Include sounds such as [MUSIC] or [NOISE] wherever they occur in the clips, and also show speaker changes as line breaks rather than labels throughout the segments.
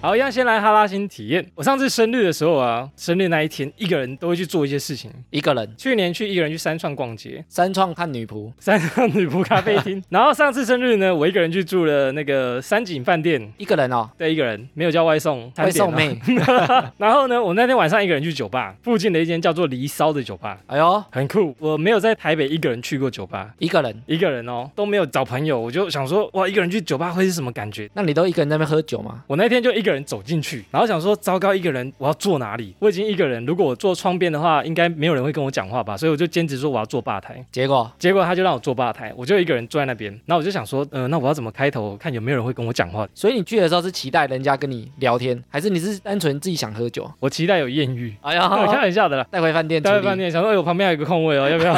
好，一样先来哈拉星体验。我上次生日的时候啊，生日那一天，一个人都会去做一些事情。
一个人
去年去一个人去三创逛街，
三创看女仆，
三创女仆咖啡
[LAUGHS]
厅。然后上次生日呢，我一个人去住了那个三井饭店，
一个人哦，
对，一个人没有叫外送，
会送
餐点 [LAUGHS]
妹。
啊。然后呢，我那天晚上一个人去酒吧，附近的一间叫做离骚的酒吧，
哎呦，
很酷。我没有在台北一个人去过酒吧。
一个人，
一个人哦，都没有找朋友，我就想说，哇，一个人去酒吧会是什么感觉？
那你都一个人在那边喝酒吗？
我那天就一个人走进去，然后想说，糟糕，一个人我要坐哪里？我已经一个人，如果我坐窗边的话，应该没有人会跟我讲话吧，所以我就坚持说我要坐吧台。
结果
结果他就让我坐吧台，我就一个人坐在那边。然后我就想说，呃，那我要怎么开头，看有没有人会跟我讲话？
所以你去的时候是期待人家跟你聊天，还是你是单纯自己想喝酒？
我期待有艳遇，[LAUGHS]
哎
我开
呀，
玩笑的啦。
带回饭店处
待会饭
理。
店想说，哎、我旁边还有一个空位哦，要不 [LAUGHS] 要？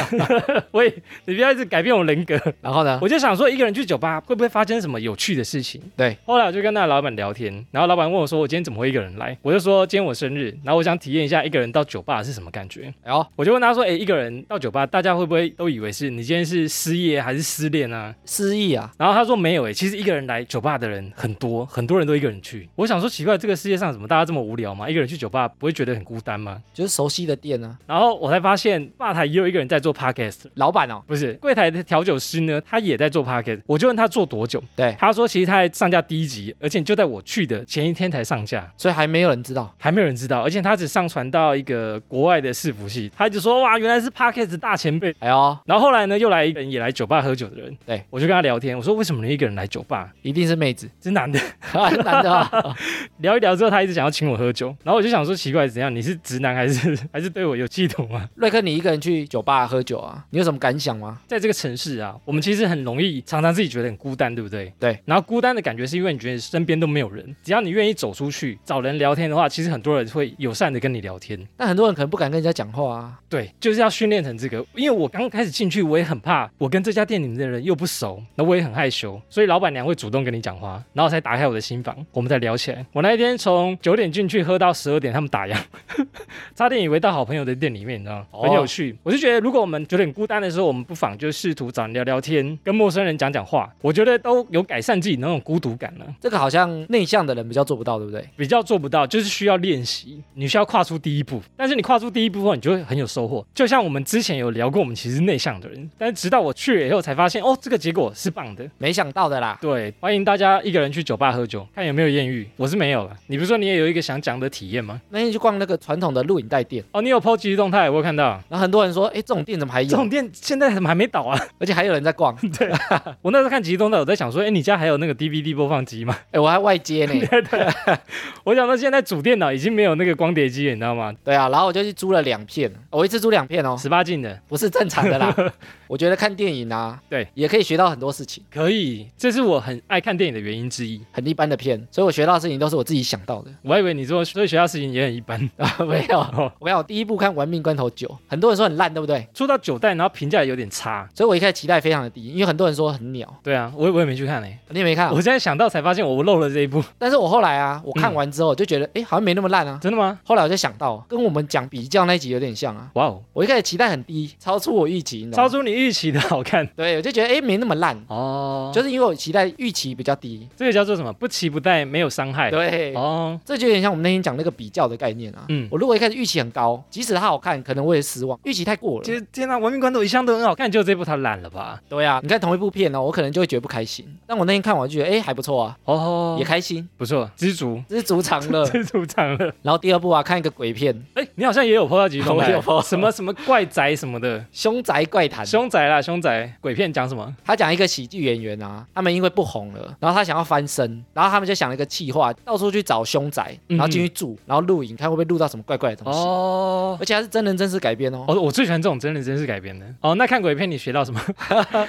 喂，你不要一直改变我人格。
然后呢？
我就想说，一个人去酒吧会不会发生什么有趣的事情？
对。
后来我就跟那个老板聊天，然后老板问我说，我今天怎么会一个人来？我就说今天我生日，然后我想体验一下一个人到酒吧是什么感觉。
哎呦，
我就问他说，哎、一个人到酒吧，大家会不会都以为是你今天是失业还是失恋啊？
失忆啊，
然后他说没有诶，其实一个人来酒吧的人很多，很多人都一个人去。我想说奇怪，这个世界上怎么大家这么无聊吗？一个人去酒吧不会觉得很孤单吗？
就是熟悉的店啊，
然后我才发现吧台也有一个人在做 podcast，
老板哦，
不是柜台的调酒师呢，他也在做 podcast。我就问他做多久，
对
他说其实他还上架第一集，而且就在我去的前一天才上架。
所以还没有人知道。
还没有人知道，而且他只上传到一个国外的伺服器，他就说哇，原来是 Podcast 大前辈，
哎呦，
然后后来呢，又来一个人也来酒吧喝酒的人，
对
我就跟他聊天，我说为什么你一个人来酒吧？
一定是妹子， [LAUGHS]
真男的，
男的啊，
[LAUGHS] 聊一聊之后，他一直想要请我喝酒，然后我就想说奇怪，怎样？你是直男还是还是对我有企图吗？
瑞克，你一个人去酒吧喝酒啊，你有什么感想吗？
在这个城市啊，我们其实很容易常常自己觉得很孤单，对不对？
对。
然后孤单的感觉是因为你觉得身边都没有人，只要你愿意走出去找人聊天的话，其实很多人会友善的跟你聊天。
那很多人可能不敢跟人家讲话啊，
对，就是要训练成这个。因为我刚开始进去，我也很怕，我跟这家店里面的人又不熟，那我也很害羞，所以老板娘会主动跟你讲话，然后才打开我的心房，我们才聊起来。我那一天 [LAUGHS] 从九点进去喝到十二点，他们打烊， [LAUGHS] 差点以为到好朋友的店里面，你知道吗？
哦
很有趣。我就觉得，如果我们有点孤单的时候，我们不妨就试图找人聊聊天，跟陌生人讲讲话，我觉得都有改善自己那种孤独感了、啊
这个好像内向的人比较做不到，对不对？
比较做不到，就是需要练习，你需要跨出第一步。但是你跨出第一步后，你就会很有收获。就像我们之前有聊过，我们其实内向的人，但是直到我去了以后才发现，哦，这个结果是棒的。
没想到的啦，
对，欢迎大家一个人去酒吧喝酒，看有没有艳遇。我是没有了。你不是说你也有一个想讲的体验吗？
那天去逛那个传统的录影带店，
哦，你有 PO 即时动态，我有看到。
然后很多人说，哎，这种店怎么还
嗯这种
有？
店现在怎么还没倒啊？
而且还有人
[LAUGHS]
在逛，
我那时候看即时动态，我在想说，哎，你家还有那个 DVD 播放机吗？
哎，我还外
[LAUGHS]
接呢，
啊我想到现在主电脑已经没有那个光碟机了，你知道吗？
对啊，然后我就去租了两片，我一次租两片哦，
十八禁的，
不是正常
[LAUGHS]
的啦。我觉得看电影啊，
对，
也可以学到很多事情，
可以，这是我很爱看电影的原因之一。
很一般的片，所以我学到的事情都是我自己想
[LAUGHS]
到的。
我还以为你说所以学校事情也很一般， [LAUGHS]
没有，
哦
我跟你讲，我第一部看《玩命关头九》，很多人说很烂，对不对？
出到九代，然后评价有点差。
所以我一开始期待非常的低，因为很多人说很鸟，
对啊，我也我也没去看嘞、
你也没看啊、
我嗯现在想到才发现我漏了这一部， [LAUGHS]
但是我后来啊，我看完之后我就觉得，哎、好像没那么烂啊。
真的吗？
后来我就想到，跟我们讲比较那一集有点像啊。
哇哦，
我一开始期待很低，超出我预期，你知道
超
吗？
出你预期的好看
对，我就觉得哎、诶没那么烂，
哦 [LAUGHS] 就
就是因为我期待预期比较低。
这个叫做什么？不期不待，没有伤害。
对，
哦，
这就有点像我们那天讲那个比较的概念啊。
嗯
我如果一开始预期很高，即使它好看，可能我也失望，预期太过
其
了。
实天呐，《文明关头》一向都很好看，就这部它烂了吧？
对啊，你看同一部片呢、我可能就会觉得不开心。但我那天看完就觉得，哎，还不错啊，
哦
也开心，
不错，知足，
这是足长
[LAUGHS]。
乐
知足常乐。
然后第二部啊，看一个鬼片《
哎，你好像也有 PO 到几
我哦有 po
哎什么什么怪宅什么
[LAUGHS]
的，
凶宅怪谈》，
凶宅啦，凶宅鬼片讲什么？
他讲一个喜剧演员啊，他们因为不红了，然后他想要翻身，然后他们就想了一个计划，到处去找凶宅，
嗯
然后进去住，然后录影，看会不会录到什么怪怪的东西。
哦
而且还是真人真事改编哦。
哦，我最喜欢这种真人真事改编的。哦，那看鬼片你学到什
[LAUGHS]
么？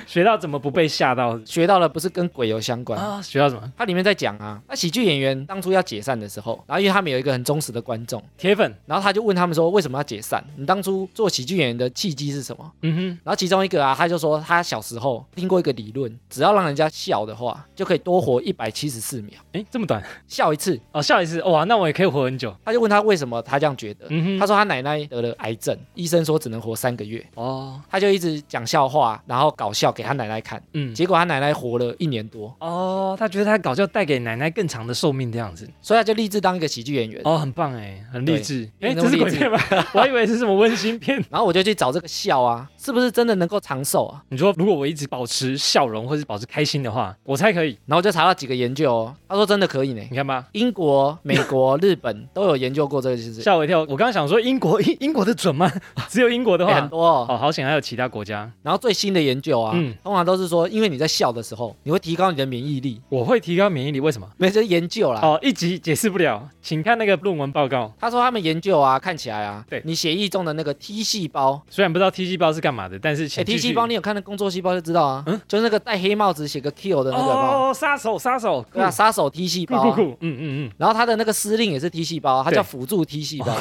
学到怎么不被吓到
学到了不是跟鬼有相关。
啊？学到什么？
它里面在讲啊，那喜剧演员当初要解散的时候，然后因为他们有一个很忠实的观众，
铁粉，
然后他就问他们说，为什么要解散？你当初做喜剧演员的契机是什么？
嗯
然后其中一个啊，他就说他小时候听过一个理论，只要让人家笑的话，就可以多活一百七十四秒，
哼，诶，这么短
笑一次。
哦，笑一次，哇，那我也可以活很久。
他就问他为什么他这样觉得，
嗯
他
哼，
说他奶奶得了癌症，医生说只能活三个月，
哦，
他就一直讲笑话，然后搞笑给他奶奶看，
嗯，
结果他奶奶活了一年多。
哦，他觉得他搞笑带给奶奶更长的寿命这样子。
所以他就立志当一个喜剧演员。
哦，很棒哎，很励志。
对
哎，
那
这是
么
鬼
励志
片吗？ [LAUGHS] 我还以为是什么温馨片。
然后我就去找这个笑啊，是不是真的能够长寿啊？
你说如果我一直保持笑容或是保持开心的话，我猜可以。
然后我就查到几个研究、哦，他说真的可以呢。
你看吧，
英国、美国、日本都有研究过这
[LAUGHS]
个事情，
吓我一跳。我刚刚想说英国英英国的准吗？
[LAUGHS]
只有英国的
哎很
话。
多、哦。
哦，好险还有其他国家。
然后最新的研究啊，
嗯
通常都是说，因为你在笑的时候，你会提高你的免疫力，
我会提高免疫力，为什么？
没这是研究啦。
哦，一集解释不了，请看那个论文报告。
他说他们研究啊，看起来啊，
对
你血液中的那个 T 细胞，
虽然不知道 T 细胞是干嘛的，但是
哎
请
，T
继续
细胞你有看那工作细胞就知道啊，
嗯
就是那个戴黑帽子写个 kill 的那个有没有，
哦，杀手杀手，
对啊，杀手 T 细
酷
胞
[LAUGHS]
啊、
酷酷，嗯嗯
然后它的那个司令也是 T 细胞啊，它
对
叫辅助 T 细胞。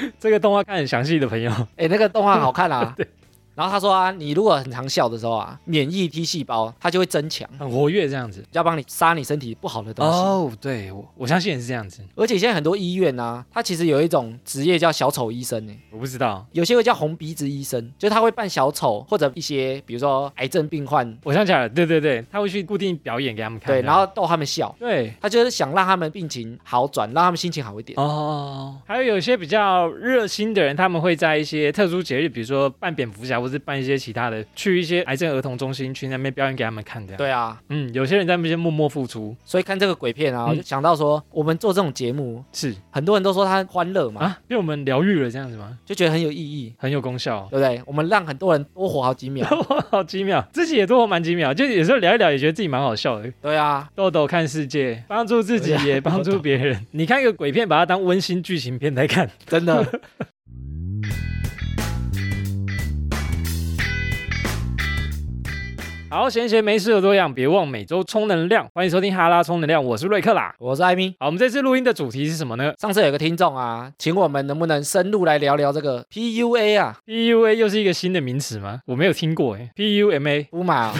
嗯，这个动画看很详细的朋友， [LAUGHS]
哎、那个动画好看啊。然后他说啊，你如果很常笑的时候啊，免疫 T 细胞它就会增强，
很活跃这样子。
要帮你杀你身体不好的东西。
哦，对我我相信也是这样子，
而且现在很多医院啊，它其实有一种职业叫小丑医生呢、
我不知道，
有些会叫红鼻子医生，就他会扮小丑或者一些，比如说癌症病患，
我想起来了，对对对，他会去固定表演给他们看，啊
对，然后逗他们笑，
对。
他就是想让他们病情好转，让他们心情好一点。
哦，还有有些比较热心的人，他们会在一些特殊节日，比如说扮蝙蝠侠，或是扮一些其他的，去一些癌症儿童中心去那边表演给他们看的。，
对啊，
嗯，有些人在那边默默付出，
所以看这个鬼片
嗯
啊，我就想到说，我们做这种节目，
是
很多人都说它欢乐嘛，
啊，被我们疗愈了这样子吗？
就觉得很有意义，
很有功效。
对不对？我们让很多人多活好几秒。
[LAUGHS] 好奇妙，自己也多活蛮几秒，就有时候聊一聊也觉得自己蛮好笑的。
对啊，
豆豆看世界，帮助 [LAUGHS] 自己
对啊
也帮助别人。 [LAUGHS] 你看一个鬼片，把它当温馨剧情片来看。
真的。
好，闲闲没事有多样，别忘每周充能量。欢迎收听哈拉充能量，我是瑞克啦。
[LAUGHS] 我是艾米。
好，我们这次录音的主题是什么呢
上次有个听众啊，请我们能不能深入来聊聊这个 PUA 啊，
？PUA 又是一个新的名词吗？我没有听过诶。PUMA
不嘛、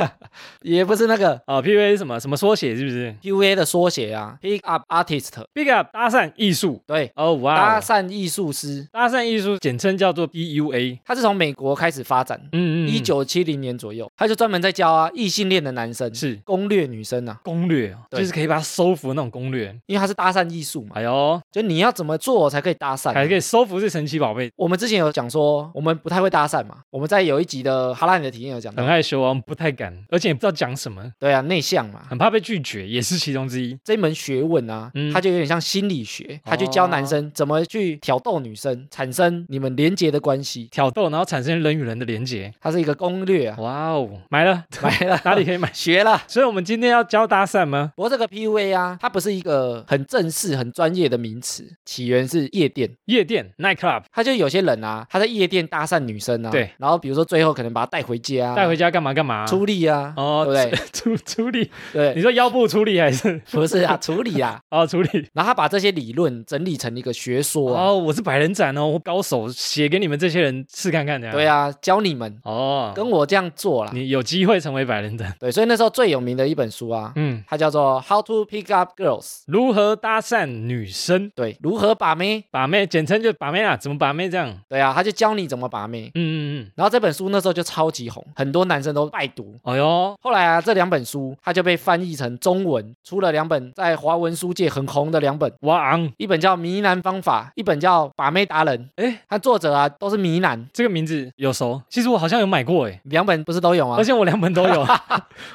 [LAUGHS] 也不是那个
啊、p u a 是什么？什么缩写是不是
PUA 的缩写啊，Pick Up Artist，
？Big Up 搭讪艺术。
对，
哦，哇
搭
哦，
讪艺术师，
搭讪艺术简称叫做 PUA。
他是从美国开始发展，
嗯嗯，嗯
一九七零年左右，他就专门在教啊异性恋的男生
是
攻略女生啊，
攻略哦，
对
就是可以把它收服那种攻略。
因为他是搭讪艺术嘛，
哎呦，
就你要怎么做才可以
还
搭讪。啊
可以收服这神奇宝贝，
我们之前有讲说，我们不太会搭讪嘛，我们在有一集的哈拉你的体验有讲
很
到，
害羞啊，我们不太敢，而且也不知道讲什么，
对啊，内向嘛，
很怕被拒绝，也是其中之一。
这门学问啊，
嗯哦
它就有点像心理学，它就教男生怎么去挑逗女生，产生你们连结的关系。
挑逗，然后产生人与人的连结。
它是一个攻略啊，
哇哦，买
[LAUGHS]
了，
来
[LAUGHS]
了，？
哪里可以买
学了？
所以我们今天要教搭讪吗？
不过这个 PUA 啊，它不是一个很正式、很专业的名词，起源是夜店。
夜店 night club
他就有些人啊，他在夜店搭讪女生啊，
对，
然后比如说最后可能把她带回家、
带回家干嘛干嘛？
处理啊，
哦，
对不
[LAUGHS] 处处处理，
对
[LAUGHS] 你
对，
说腰部处理还是 [LAUGHS]
不是啊，处理啊，
哦处理？
然后他把这些理论整理成一个学说啊，
哦，我是百人斩哦，我高手写给你们这些人试看看的。
对
啊，
啊，教你们
哦，
跟我这啊样做啦，
你有机会成为百人斩。
对，所以那时候最有名的一本书啊，
嗯，
它叫做《How to Pick Up Girls》，
如何搭讪女生？
对，如何把妹，
把妹，简称就把妹啦，怎么把妹这样？
对啊，他就教你怎么把妹。
嗯嗯嗯，
然后这本书那时候就超级红，很多男生都拜读。
哎呦，
后来啊，这两本书它就被翻译成中文，出了两本在华文书界很红的两本，
哇昂，
一本叫《迷男方法》，一本叫《把妹达人》。
哎，
它作者啊都是迷男，
这个名字有熟，其实我好像有买过哎，
两本不是都有吗
而？且我两本都
[LAUGHS]
有，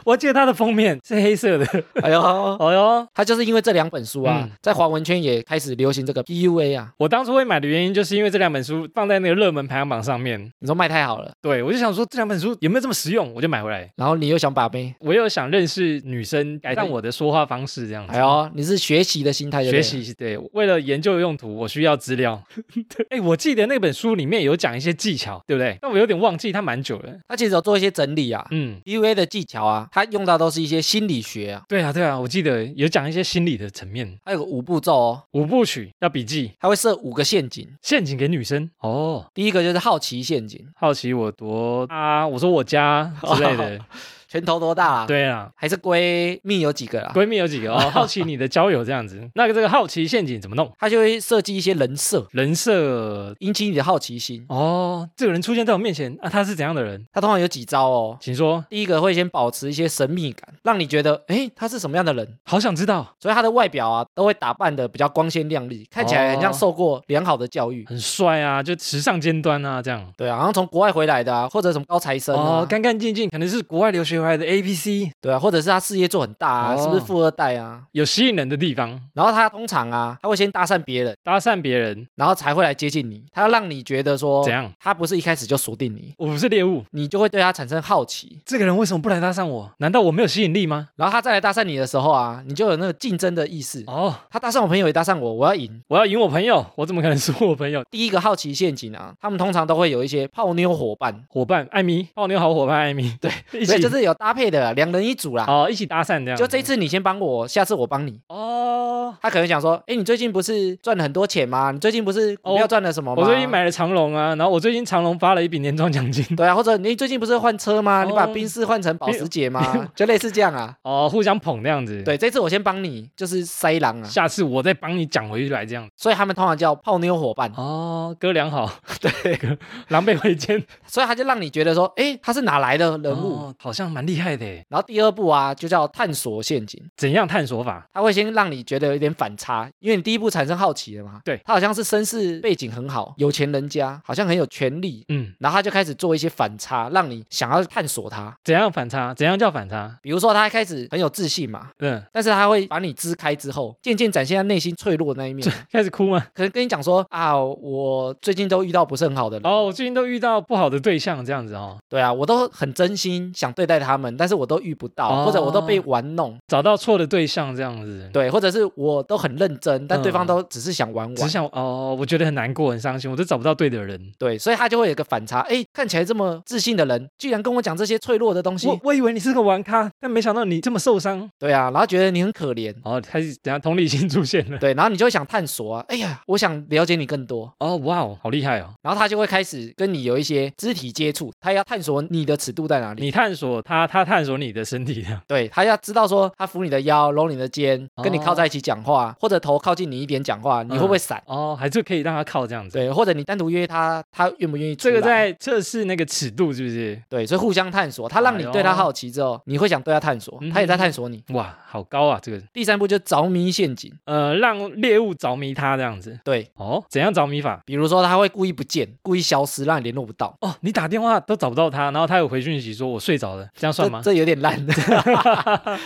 我记得它的封面是黑色的，
哎呦，
哎呦。
他就是因为这两本书啊，
嗯
在华文圈也开始流行这个 PUA 啊，
我当初会买的原因，就是因为这两本书放在那个热门排行榜上面，
你说卖太好了，
对我就想说这两本书有没有这么实用，我就买回来。
然后你又想把妹，
我又想认识女生，改善我的说话方式，这样子。
哎呦，你是学习的心态就对
学
了，
习对，为了研究用途，我需要资料。 [LAUGHS] 对，哎，我记得那本书里面有讲一些技巧，对不对？但我有点忘记，它蛮久了。
他其实有做一些整理啊。
嗯，
PUA 的技巧啊，它用到都是一些心理学啊，
对啊，对啊，我记得有讲一些心理的层面。
它有个五步骤哦，
五部曲要笔记，
它会设五个陷阱。
陷阱给女生哦。
第一个就是好奇陷阱，
好奇我多啊，我说我家之类的，
拳头多大啊？，
对啊，
还是闺蜜有几个啊啦？
闺蜜有几个哦？好奇你的交友这样子，那个这个好奇陷阱怎么弄？
他就会设计一些人设，
人设
引起你的好奇心。
哦，这个人出现在我面前啊，他是怎样的人？
他通常有几招哦。
请说，
第一个会先保持一些神秘感，让你觉得，诶，他是什么样的人？
好想知道，
所以他的外表啊，都会打扮的比较光鲜亮丽，看起来很
哦
像受过良好的教育。
很帅啊，就时尚尖端啊，这样。
对啊，好像从国外回来的啊，或者什么高材生啊，
哦，干干净净，可能是国外留学回来的 A B C，
对啊，或者是他事业做很大啊，
哦
是不是富二代啊？
有吸引人的地方，
然后他通常啊，他会先搭讪别人，
搭讪别人，
然后才会来接近你，他要让你觉得说
怎样，
他不是一开始就锁定你，
我不是猎物。
你就会对他产生好奇。
这个人为什么不来搭讪我？难道我没有吸引力吗？
然后他再来搭讪你的时候啊，你就有那个竞争的意识。
哦，
他搭讪我朋友也搭讪我，我要赢。
我要赢我朋友，我怎么可能输我朋友？ [LAUGHS]
第一个好奇陷阱啊，他们通常都会有一些泡妞伙伴，
伙伴艾米，泡妞好伙伴艾米， [LAUGHS] 对，一
所
起
以就是有搭配的啊，两人一组啦。
哦，一起搭讪这样。
就这一次你先帮我，下次我帮你。
哦，
他可能想说，哎，你最近不是赚了很多钱吗？你最近不是股票赚了什么吗？
哦我最近买了长隆啊，然后我最近长隆发了一笔年终奖金。
对啊，或者你最近不是换车吗？
哦
你把宾士换成保时捷吗？就类似这样啊。
哦，互相捧那样子。，
对，这次我先帮你，就是塞狼啊，
下次我再帮你讲回来这样。
所以他们通常叫泡妞伙伴，
哦，哥俩
[LAUGHS]
好，对， [LAUGHS] 狼狈为奸
所以他就让你觉得说，哎，他是哪来的人物？
哦好像蛮厉害的耶。
然后第二步啊，就叫探索陷阱，
怎样探索法？
他会先让你觉得有点反差，因为你第一步产生好奇了嘛。
对
他好像是身世背景很好，有钱人家，好像很有权利，
嗯，
然后他就开始做一些反差，让你想要探索他。
怎样反差？怎样叫反差？
比如说，他一开始很有自信嘛，
嗯，
但是他会把你支开之后，渐渐展现他内心脆弱的那
[LAUGHS]
一面。
开始哭吗？
可能跟你讲说啊，我最近都遇到不是很好的人，
哦，我最近都遇到不好的对象，这样子哦，
对啊，我都很真心想对待他们，但是我都遇不到，
哦
或者我都被玩弄，
找到错的对象这样子，
对，或者是我都很认真，但对
嗯
方都只是想玩
只
玩，
想哦，我觉得很难过，很伤心，我都找不到对的人。
对，所以他就会有一个反差，哎，看起来这么自信的人，居然跟我讲这些脆弱的东西
我，我以为你是个玩咖，但没想到你这么受伤。
对啊，然后觉得你很可怜。
哦，开始等下同理心出现了。
对，然后你就会想探索啊，哎呀，我想了解你更多，
哦，哇哦，好厉害哦！
然后他就会开始跟你有一些肢体接触，他要探索你的尺度在哪里，
你探索他，他探索你的身体啊。
对他要知道说，他扶你的腰，搂你的肩，跟你
哦
靠在一起讲话，或者头靠近你一点讲话，你会不会闪？
哦，还是可以让他靠这样子。
对，或者你单独约他，他愿不愿意出
这
来？
个在测试那个尺度是不是？
对，所以互相探索。他让你
哎呦
对他好奇之后，你会想对他探索
嗯，
他也在探索你。
哇，好高啊！这个
第三步就是着迷陷阱，
呃，让猎物着迷他这样子。
对，
哦，怎样着迷法？
比如说他会故意不见，故意消失，让你联络不到。
哦，你打电话都找不到他，然后他有回讯息说我睡着了，这样算
这
吗？
这有点烂，
[LAUGHS]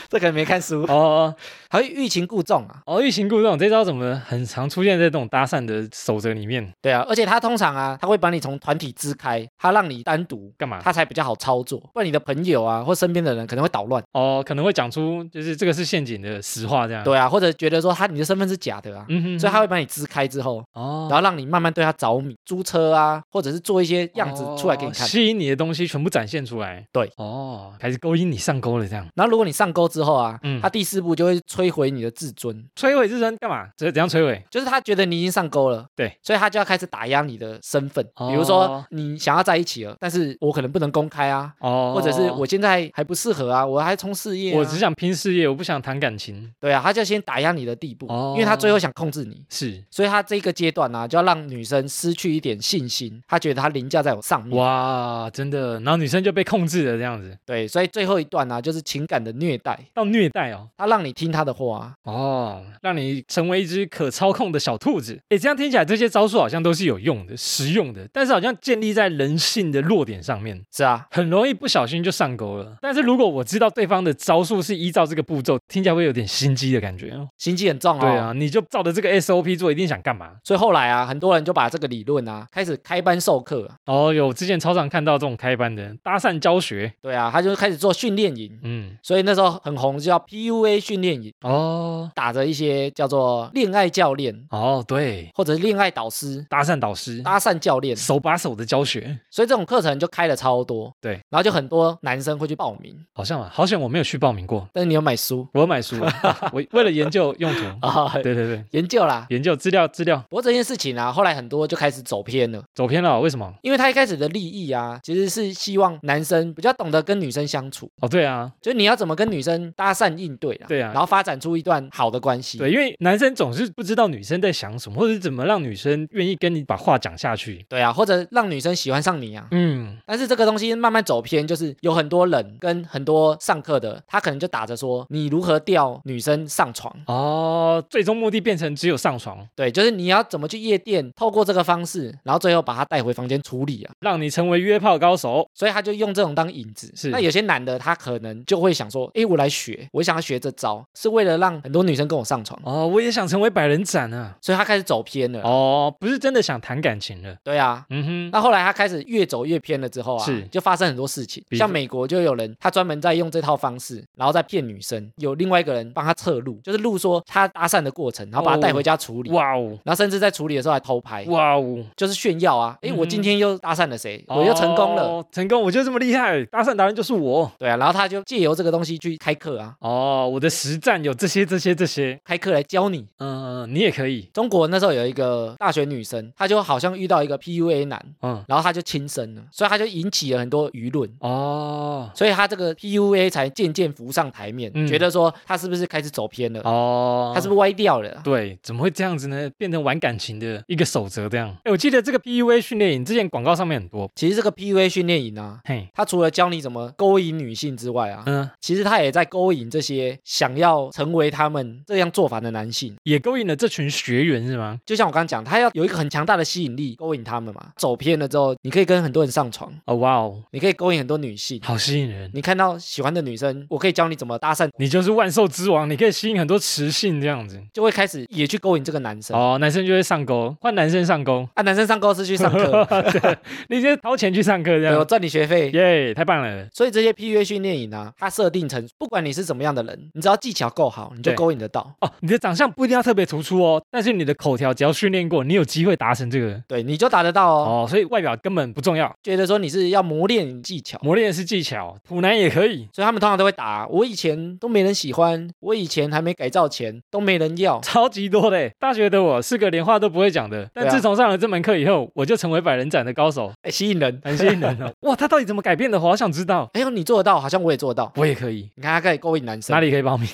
这可能没看书。
哦哦
还会欲擒故纵啊，
哦，欲擒故纵这招怎么很常出现在这种搭讪的守则里面？
对啊，而且他通常啊，他会把你从团体支开，他让你单独，
干嘛？
他才比较好操作，不然你的朋友啊或身边的人可能会捣乱。
哦，可能会讲出就是这个是陷阱的实话这样。，
对啊，或者觉得说他你的身份是假的啊，
嗯哼，
所以他会把你支开之后，然
哦。
后让你慢慢对他着迷，租车啊，或者是做一些样子出来给你看。
哦吸引你的东西全部展现出来。
对，
哦，开始勾引你上钩了，这样
然后如果你上钩之后啊，
嗯
他第四步就会摧毁你的自尊，
摧毁自身干嘛？怎怎样摧毁？
就是他觉得你已经上钩了，
对，
所以他就要开始打压你的身份，
哦
比如说你想要在一起了，但是我可能不能公开啊，
哦，
或者是我现在还不适合啊，我还冲事业、啊，
我只想拼事业，我不想谈感情。
对啊，他就先打压你的地步，
哦
因为他最后想控制你。
是，
所以他这个阶段呢、啊，就要让女生失去一点信心，他觉得他凌驾在我上面。
哇，真的，然后女生就被控制了这样子，
对，所以最后一段呢、啊，就是情感的虐待，
到虐待哦，
他让你听他的话，啊
哦，让你成为一只可操控的小兔子。诶，这样听起来这些招数好像都是有用的、实用的，但是好像建立在人性的弱点上面，
是啊，
很容易不小心就上钩了。但是如果我知道对方的招数是依照这个步骤，听起来会有点心机的感觉哦。
心机很重哦。
对啊，，你就照着这个 SOP 做，一定想干嘛？
所以后来啊，很多人就把这个理论啊，开始开班授课。啊
哦，有之前超常看到这种开班的搭讪教学，
对啊，他就开始做训练营，
嗯，
所以那时候很红，就叫 PUA 训练营，
哦。
打着一些叫做恋爱教练
哦，对，
或者是恋爱导师、
搭讪导师，
搭讪教练，
手把手的教学，
所以这种课程就开了超多。
对，
然后就很多男生会去报名，
好像啊好险我没有去报名过，
但是你有买书
我有买书，啊 [LAUGHS] 我为了研究用途，
啊？
嗯对对对，
研究啦。
研究资料资料
不过这件事情啊，后来很多就开始走偏了，
走偏了，为什么？
因为他一开始的利益啊，其实是希望男生比较懂得跟女生相处，
哦，对啊，
就是你要怎么跟女生搭讪应对啦，
对啊
然后发展出一段好的关系。
对，因为男生总是不知道女生在想什么，或者是怎么让女生愿意跟你把话讲下去。
对啊，或者让女生喜欢上你啊。
嗯，
但是这个东西慢慢走偏，就是有很多人跟很多上课的，他可能就打着说你如何钓女生上床，
哦，最终目的变成只有上床，
对，就是你要怎么去夜店，透过这个方式，然后最后把她带回房间处理啊。
让你成为约炮高手。
所以他就用这种当引子。
是
那有些男的他可能就会想说，诶，我来学，我想要学这招，是为了让很多女生跟我上床，
哦，我也想成为百人斩啊。
所以他开始走偏了。
哦，不是真的想谈感情了。
对啊。
嗯哼，
那后来他开始越走越偏了之后啊，
是
就发生很多事情，
比如
像美国就有人他专门在用这套方式，然后再骗女生，有另外一个人帮他测录，就是录说他搭讪的过程，然后把他带回家处理，
哇哦，
然后甚至在处理的时候还偷拍，
哇哦，
就是炫耀啊，诶，我今天又搭讪了谁，我又成功了，
哦，成功，我就这么厉害，搭讪达人就是我。
对啊，然后他就借由这个东西去开课啊，
哦，我的实战有这些这些这些，
开课来教你
嗯、你也可以，
中国那时候有一个大学女生，她就好像遇到一个 PUA 男，
嗯，
然后她就轻生了，所以她就引起了很多舆论。
哦，
所以她这个 PUA 才渐渐浮上台面，
嗯
觉得说她是不是开始走偏了，
哦，
她是不是歪掉了？啊
对，怎么会这样子呢？变成玩感情的一个守则这样。哎，我记得这个 PUA 训练营之前广告上面很多，
其实这个 PUA 训练营啊，
嘿，
它除了教你怎么勾引女性之外啊，
嗯，
其实它也在勾引这些想要成为他们这样做法的男性。
也勾引了这群学员是吗？
就像我刚刚讲，他要有一个很强大的吸引力勾引他们嘛。走偏了之后，你可以跟很多人上床，
哦，哇哦，
你可以勾引很多女性，
好吸引人！
你看到喜欢的女生，我可以教你怎么搭讪，
你就是万兽之王，你可以吸引很多雌性这样子。
就会开始也去勾引这个男生。
哦，男生就会上钩，换男生上钩，
啊，男生上钩是去上课，
[LAUGHS] 对，你就掏钱去上课这
对我
样，
赚你学费。
耶太棒了！
所以这些 PUA 训练营啊，它设定成不管你是怎么样的人，你只要技巧够好，你就
对
勾引得到。
哦，你的长相不一定要特别突出哦，但是你的口条只要训练过，你有机会达成这个。
对，你就打得到哦。
哦，所以外表根本不重要，
觉得说你是要磨练你技巧，
磨练的是技巧，普男也可以，
所以他们通常都会打。啊我以前都没人喜欢，我以前还没改造前都没人要。 [LAUGHS]
超级多嘞！大学的我是个连话都不会讲的，但
对啊
自从上了这门课以后，我就成为百人斩的高
[LAUGHS]
手，
哎，吸引人。
很吸引人哦。哇，他到底怎么改变的？我好想知道。
哎呦，你做得到，好像我也做得到。
我也可以，
你看他可以勾引男生，
哪？里可以报名？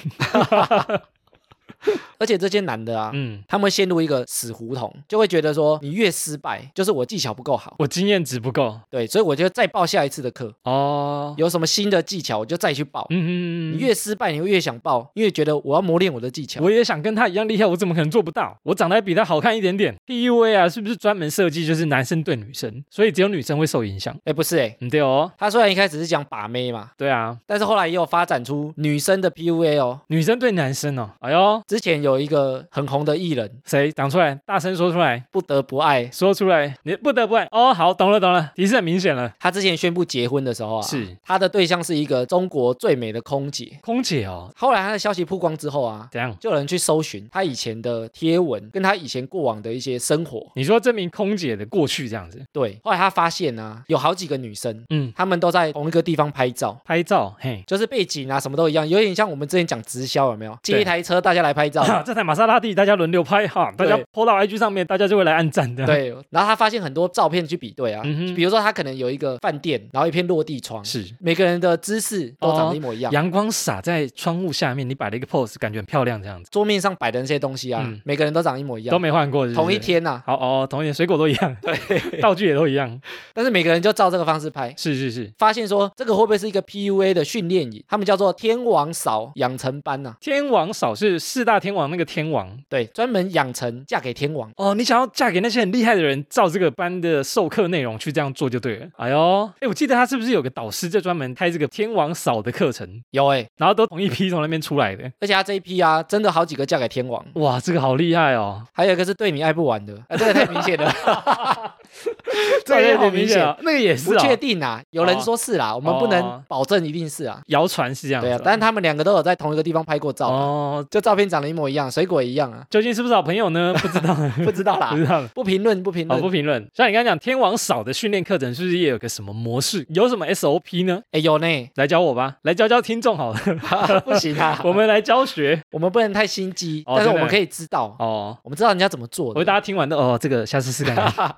而且这些男的啊，
嗯，
他们会陷入一个死胡同，就会觉得说你越失败，就是我技巧不够好。
我经验值不够
对，所以我就再报下一次的课，
哦。
有什么新的技巧我就再去报。
嗯
你越失败，你会越想报，越觉得我要磨练我的技巧。
我也想跟他一样厉害，我怎么可能做不到？我长得还比他好看一点点。PUA 啊，是不是专门设计就是男生对女生，所以只有女生会受影响？
哎，不是哎，
嗯，对哦，
他虽然一开始是讲把妹嘛，
对啊，
但是后来也有发展出女生的 PUA 哦。
女生对男生哦。哎呦，
之前有一个很红的艺人，
谁讲出来？大声说出来，
不得不爱，
说出来，你不得不爱哦。好，懂了，懂了，提示很明显了。
他之前宣布结婚的时候啊，
是
他的对象是一个中国最美的空姐。
空姐哦，
后来他的消息曝光之后啊，
怎样？
就有人去搜寻他以前的贴文，跟他以前过往的一些生活。
你说这名空姐的过去这样子，
对，后来他发现啊，有好几个女生，
嗯，
她们都在同一个地方拍照。
拍照，嘿，
就是背景啊，什么都一样，有点像我们之前讲直销有没有？
对
借一台车，大家来拍
[LAUGHS]
照。
这台玛莎拉蒂大家轮流拍哈，大
对
家 PO 到 IG 上面，大家就会来按赞 [LAUGHS] 的。，
对，然后他发现很多照片去比对啊，
嗯哼
比如说他可能有一个饭店，然后一片落地窗，
是
每个人的姿势都长得一模一样。
阳光洒在窗户下面，你摆了一个 pose，感觉很漂亮这样子，
桌面上摆的那些东西啊，
嗯
每个人都长一模一样，
都没换过，是不是
同一。天啊呐、
好哦，同一天，水果都一样，对， [LAUGHS] 道具也都一样，
但是每个人就照这个方式拍。
是是是。
发现说这个会不会是一个 PUA 的训练营？他们叫做天王嫂养成班呐、
天王嫂是四大天王那个天王
对，专门养成嫁给天王。
哦，你想要嫁给那些很厉害的人，照这个班的授课内容去这样做就对了。哎呦，哎，我记得他是不是有个导师在专门开这个天王嫂的课程？
有哎、
然后都同一批从那边出来的。
而且他这一批啊，真的好几个嫁给天王，
哇，这个好厉害哦！
呃
[LAUGHS]
还有一个是对你爱不完的，啊、这个太明显了。 [LAUGHS] 这个也
好
很明
显
显
啊，，那个也是
不
啊、
确定啊，有人
哦
说是啦，我们不
哦
能保证一定是啊。
谣传是这样子
对
啊、
啊，但是他们两个都有在同一个地方拍过照嘛，
哦，
就照片长得一模一样，水果也一样啊，
究竟是不是好朋友呢？ [LAUGHS] 不知道，
[LAUGHS] 不知道啦
不，知道。
不评论不评
好，
论
不。评论。像你刚才讲天王嫂的训练课程，是不是也有个什么模式？有什么 SOP 呢？
哎，有
[LAUGHS]
呢，
来教我吧，来教教听众好了， [LAUGHS]
不行啊，
我们来教学
我们不能太心机，
哦
但是
真
我
的
们可以知道，
哦。
我们知道人家怎么做
我觉得
的。
大家听完都哦，这个下次试看看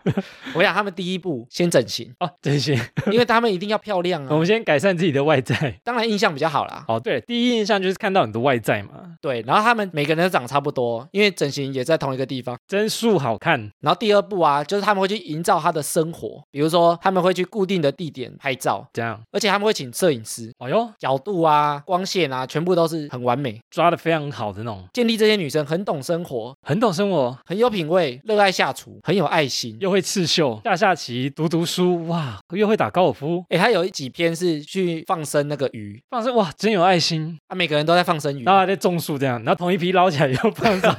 我想他们第一步先整形，
哦。这些，
因为他们一定要漂亮
[LAUGHS] 我 [LAUGHS]
啊，
们先改善自己的外在。 [LAUGHS]
当然印象比较好啦。
哦，对，第一印象就是看到你的外在嘛，
对，然后他们每个人都长差不多，因为整形也在同一个地方。
帧数好看，
然后第二步啊，就是他们会去营造他的生活，比如说他们会去固定的地点拍照，
这样。
而且他们会请摄影师，
哎呦，
角度啊、光线啊，全部都是很完美。
抓的非常好的那种，
建立这些女生很懂生活，
很懂生活，
很有品味，热爱下厨，很有爱心。
又会刺绣、下下棋、读读书，哇，又会打高尔夫，
诶，他有一几篇是去放生那个鱼，
放生哇，真有爱心。
啊，每个人都在放生鱼，
然后还在种树这样，然后同一批捞起来又放
[LAUGHS]
生，